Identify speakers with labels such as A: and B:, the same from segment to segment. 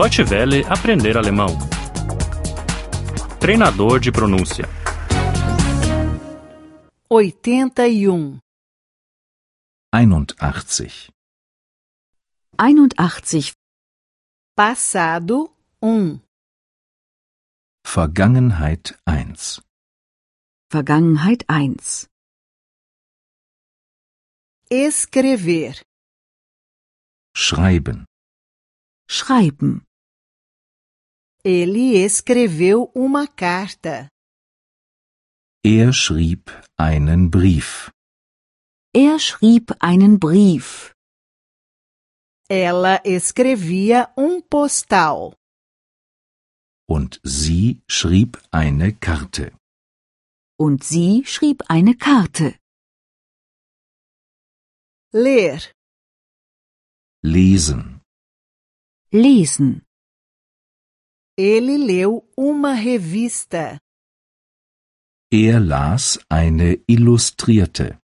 A: Deutsche Welle aprender alemão. Treinador de pronúncia.
B: 81.
C: 81.
D: 81.
B: Passado 1.
C: Vergangenheit 1.
D: Vergangenheit 1.
B: Escrever.
C: Schreiben.
D: Schreiben.
B: Ele escreveu uma carta.
C: Er schrieb einen Brief.
D: Er schrieb einen Brief.
B: Ela escrevia um postal.
C: Und sie schrieb eine Karte.
D: Und sie schrieb eine Karte.
B: Ler.
C: Lesen.
D: Lesen.
B: Ele leu uma revista.
C: Er las eine Illustrierte.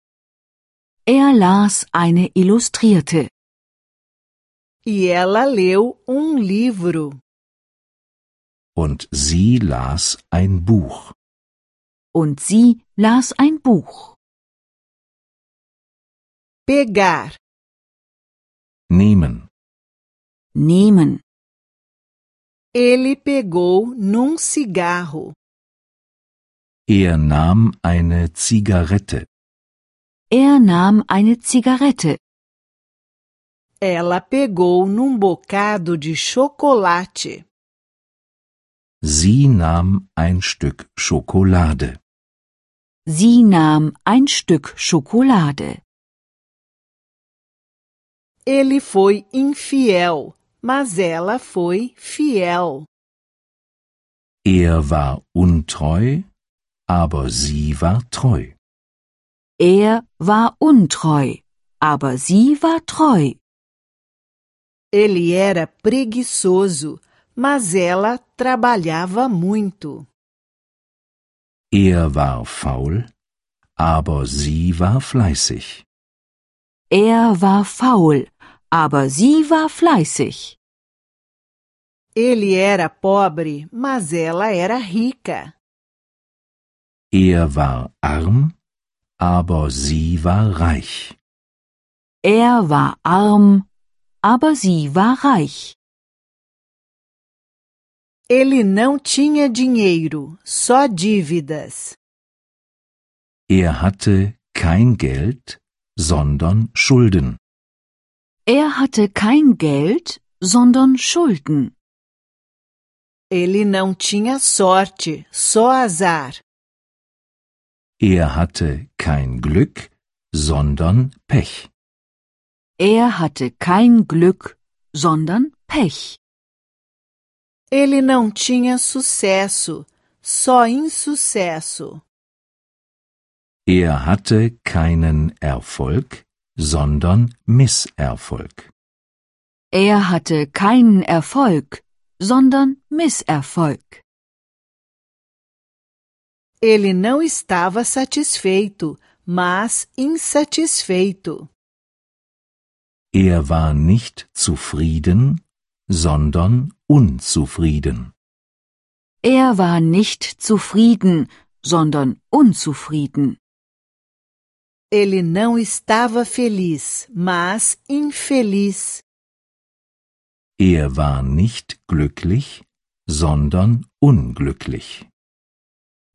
D: Er las eine Illustrierte.
B: E ela leu um livro.
C: Und sie las ein Buch.
D: Und sie las ein Buch.
B: Pegar.
C: Nehmen.
D: Nehmen.
B: Ele pegou num cigarro.
C: Er nahm eine Zigarette.
D: Er nahm eine Zigarette.
B: Ela pegou num bocado de chocolate.
C: Sie nahm ein Stück Schokolade.
D: Sie nahm ein Stück Schokolade.
B: Ele foi infiel, mas ela foi fiel.
C: Er war untreu, aber sie war treu.
D: Er war untreu, aber sie war treu.
B: Ele era preguiçoso, mas ela trabalhava muito.
C: Er war faul, aber sie war fleißig.
D: Er war faul, aber sie war fleißig.
B: Ele era pobre, mas ela era rica.
C: Er war arm, aber sie war reich.
D: Er war arm, aber sie war reich.
B: Ele não tinha dinheiro, só dívidas.
C: Er hatte kein Geld, sondern Schulden.
D: Er hatte kein Geld, sondern Schulden.
B: Ele não tinha sorte, só azar.
C: Er hatte kein Glück, sondern Pech.
D: Er hatte kein Glück, sondern Pech.
B: Ele não tinha sucesso, só insucesso.
C: Er hatte keinen Erfolg, sondern Misserfolg.
D: Er hatte keinen Erfolg, sondern Misserfolg.
B: Ele não estava satisfeito, mas insatisfeito.
C: Er war nicht zufrieden, sondern unzufrieden.
D: Er war nicht zufrieden, sondern unzufrieden.
B: Ele não estava feliz, mas infeliz.
C: Er war nicht glücklich, sondern unglücklich.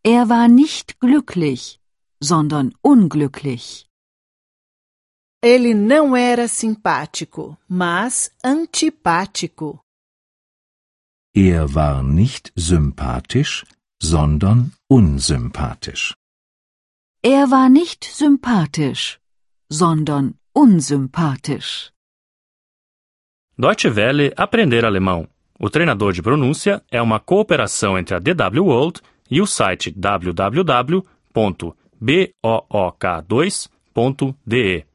D: Er war nicht glücklich, sondern unglücklich.
B: Ele não era simpático, mas antipático.
C: Er war nicht sympathisch, sondern unsympathisch.
D: Er war nicht sympathisch, sondern unsympathisch.
A: Deutsche Welle aprender alemão. O treinador de pronúncia é uma cooperação entre a DW World e o site www.book2.de.